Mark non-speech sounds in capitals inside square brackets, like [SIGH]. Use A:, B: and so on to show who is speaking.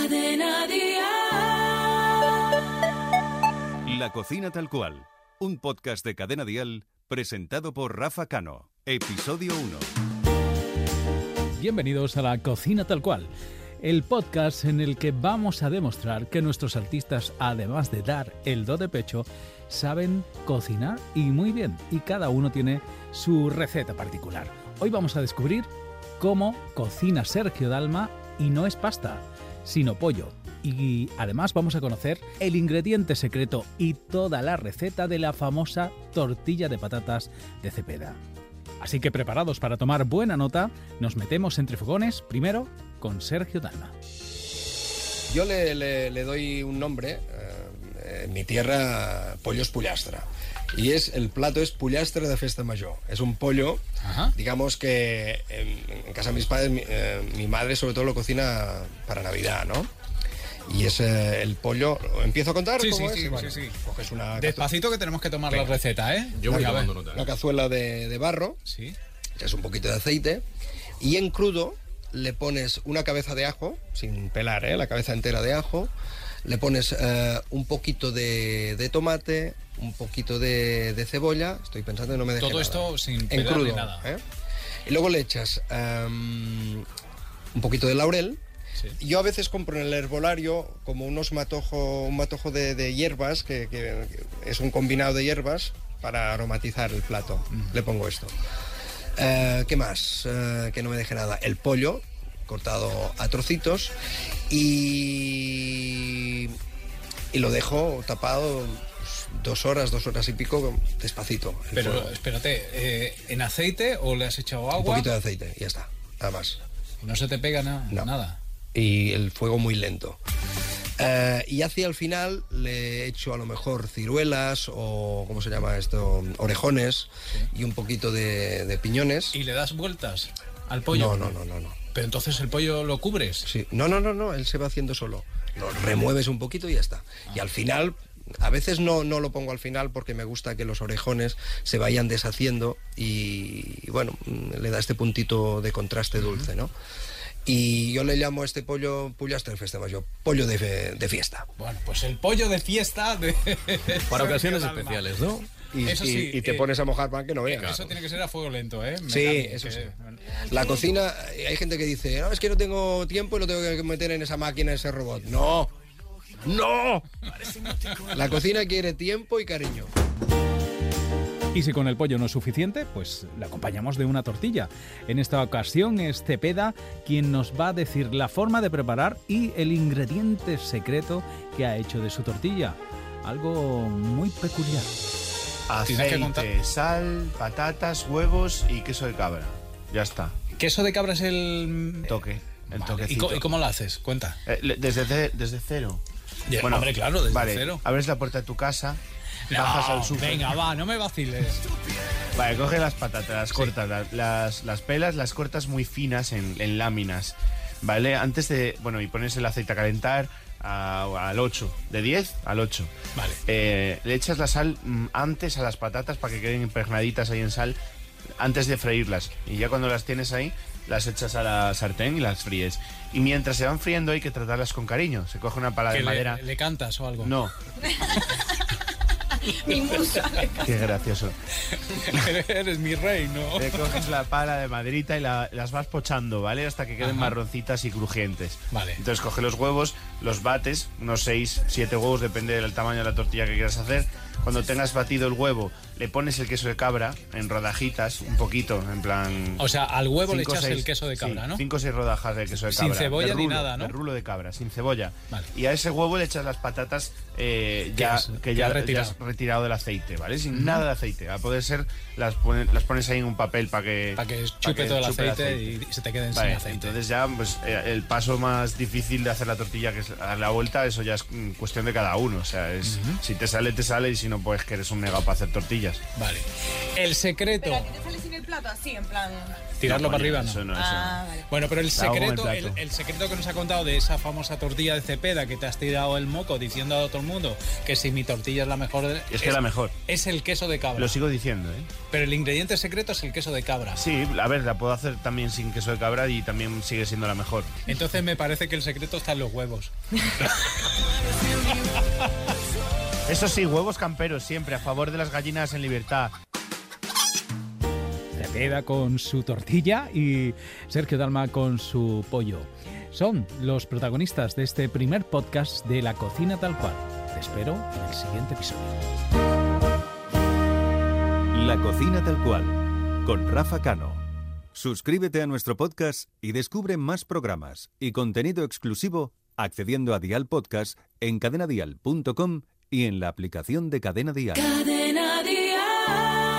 A: Cadena Dial.
B: La cocina tal cual. Un podcast de Cadena Dial presentado por Rafa Cano. Episodio 1.
C: Bienvenidos a La cocina tal cual. El podcast en el que vamos a demostrar que nuestros artistas, además de dar el do de pecho, saben cocinar y muy bien. Y cada uno tiene su receta particular. Hoy vamos a descubrir cómo cocina Sergio Dalma y no es pasta, sino pollo. Y además vamos a conocer el ingrediente secreto y toda la receta de la famosa tortilla de patatas de Cepeda. Así que preparados para tomar buena nota, nos metemos entre fogones primero con Sergio Dalma.
D: Yo le, le, le doy un nombre, eh, en mi tierra pollos pullastra. Y es, el plato es pullastre de Festa Mayor. Es un pollo, Ajá. digamos que en, en, casa de mis padres, mi, eh, mi, madre sobre todo lo cocina para Navidad, ¿no? Y es eh, el pollo. ¿Empiezo a contar?
E: Sí,
D: cómo
E: sí,
D: es?
E: sí, bueno, sí, sí.
D: Coges una
E: Despacito que tenemos que tomar Venga. la receta, ¿eh?
D: Yo voy acabando nota. Una cazuela de, de barro,
E: sí.
D: que es un poquito de aceite, y en crudo le pones una cabeza de ajo, sin pelar, ¿eh? La cabeza entera de ajo, le pones eh, un poquito de, de, tomate, un poquito de, de, cebolla, estoy pensando que no me deje
E: Todo
D: nada.
E: esto sin pelar en crudo, ni nada.
D: ¿eh? Y luego le echas um, un poquito de laurel. Sí. Yo a veces compro en el herbolario como unos matojo, un matojo de, de hierbas, que, que, es un combinado de hierbas para aromatizar el plato. Mm. Le pongo esto. Uh, ¿Qué más? Uh, que no me deje nada. El pollo, cortado a trocitos y, y lo dejo tapado pues, dos horas, dos horas y pico, despacito.
E: Pero fuego. espérate, eh, ¿en aceite o le has echado agua?
D: Un poquito de aceite, ya está, nada más.
E: No se te pega na no. nada.
D: Y el fuego muy lento. Uh, y hacia el final le echo a lo mejor ciruelas o, ¿cómo se llama esto? Orejones sí. y un poquito de, de piñones.
E: ¿Y le das vueltas al pollo?
D: No, no, no, no. no.
E: Pero entonces el pollo lo cubres.
D: Sí. No, no, no, no, él se va haciendo solo. Lo remueves un poquito y ya está. Ah. Y al final, a veces no, no lo pongo al final porque me gusta que los orejones se vayan deshaciendo y, y bueno, le da este puntito de contraste dulce, uh -huh. ¿no? Y yo le llamo a este pollo pullastre festa yo pollo de, fe, de, fiesta.
E: Bueno, pues el pollo de fiesta de...
F: para ocasiones especiales, ¿no?
D: Y, eso sí, y, y, te eh, pones a mojar pan que no veas.
E: Eso claro. tiene que ser a fuego lento, ¿eh?
D: Me sí, eso que... sí. La cocina, eh, hay gente que dice, no, es que no tengo tiempo y lo tengo que meter en esa máquina, en ese robot. ¡No! ¡No! La cocina quiere tiempo y cariño.
C: Y si con el pollo no es suficiente, pues la acompañamos de una tortilla. En esta ocasión es Cepeda quien nos va a decir la forma de preparar y el ingrediente secreto que ha hecho de su tortilla. Algo muy peculiar
G: aceite, sal, patatas, huevos y queso de cabra. Ya está.
E: ¿Queso de cabra es el
G: toque? El
E: vale. toquecito. ¿Y, cómo lo haces? Cuenta.
G: Eh, desde, desde cero.
E: Yeah, bueno, hombre, claro, desde
G: vale,
E: cero.
G: Abres la puerta de tu casa, no, bajas al súper.
E: Ah, Venga, va, no me vaciles.
G: Vale, coge las patatas, las cortas, sí. las, las, las, pelas, las cortas muy finas en, en, láminas. ¿Vale? Antes de. Bueno, y pones el aceite a calentar, a, al 8, de 10 al 8.
E: Vale.
G: Eh, le echas la sal antes a las patatas para que queden impregnaditas ahí en sal antes de freírlas. Y ya cuando las tienes ahí, las echas a la sartén y las fríes. Y mientras se van friendo hay que tratarlas con cariño. Se coge una pala de
E: le,
G: madera.
E: ¿Le cantas o algo?
G: No.
A: mi musa.
G: Qué gracioso.
E: [LAUGHS] Eres mi rey, ¿no? [LAUGHS]
G: Le coges la pala de maderita y la, las vas pochando, ¿vale? Hasta que queden Ajá. marroncitas y crujientes.
E: Vale.
G: Entonces coge los huevos, los bates, unos 6, 7 huevos, depende del tamaño de la tortilla que quieras hacer. Cuando tengas batido el huevo, le pones el queso de cabra en rodajitas, un poquito, en plan.
E: O sea, al huevo cinco, le echas seis, el queso de cabra,
G: sí,
E: ¿no?
G: 5 o 6 rodajas de queso de
E: Sin
G: cabra.
E: cebolla
G: rulo,
E: ni nada, ¿no?
G: El rulo de cabra, sin cebolla.
E: Vale.
G: Y a ese huevo le echas las patatas eh, ya, has, que ya, retirado? ya has retirado del aceite, ¿vale? Sin uh -huh. nada de aceite. A poder ser, las, pone, las pones ahí en un papel para que.
E: Para que chupe pa que todo el aceite, aceite, y se te queden
G: vale,
E: sin aceite.
G: Entonces, ya, pues el paso más difícil de hacer la tortilla, que es a la vuelta, eso ya es cuestión de cada uno. O sea, es, uh -huh. si te sale, te sale y si no, pues que eres un negado para hacer tortillas.
E: Vale. El secreto.
H: Pero a ti te sale sin el
A: plato así, en plan.
E: Tirarlo
G: No,
E: para arriba,
G: eso
E: no.
G: no, eso
A: Ah,
G: no.
A: vale.
E: Bueno, pero el
G: La hago con el
E: secreto, el,
G: plato.
E: el secreto que nos ha contado de esa famosa tortilla de Cepeda que te has tirado el moco diciendo a todo el mundo que si mi tortilla es la mejor, de-
G: Es que la mejor.
E: es el queso de cabra.
G: Lo sigo diciendo, ¿eh?
E: Pero el ingrediente secreto es el queso de cabra.
G: Sí, a ver, la puedo hacer también sin queso de cabra y también sigue siendo la mejor.
E: Entonces me parece que el secreto está en los huevos.
G: Eso sí, huevos camperos siempre, a favor de las gallinas en libertad.
C: Cepeda con su tortilla y Sergio Dalma con su pollo. Son los protagonistas de este primer podcast de La Cocina Tal Cual. Te espero en el siguiente episodio.
B: La cocina tal cual, con Rafa Cano. Suscríbete a nuestro podcast y descubre más programas y contenido exclusivo accediendo a Dial Podcast en cadenadial.com y en la aplicación de Cadena Dial.
H: Cadena Dial.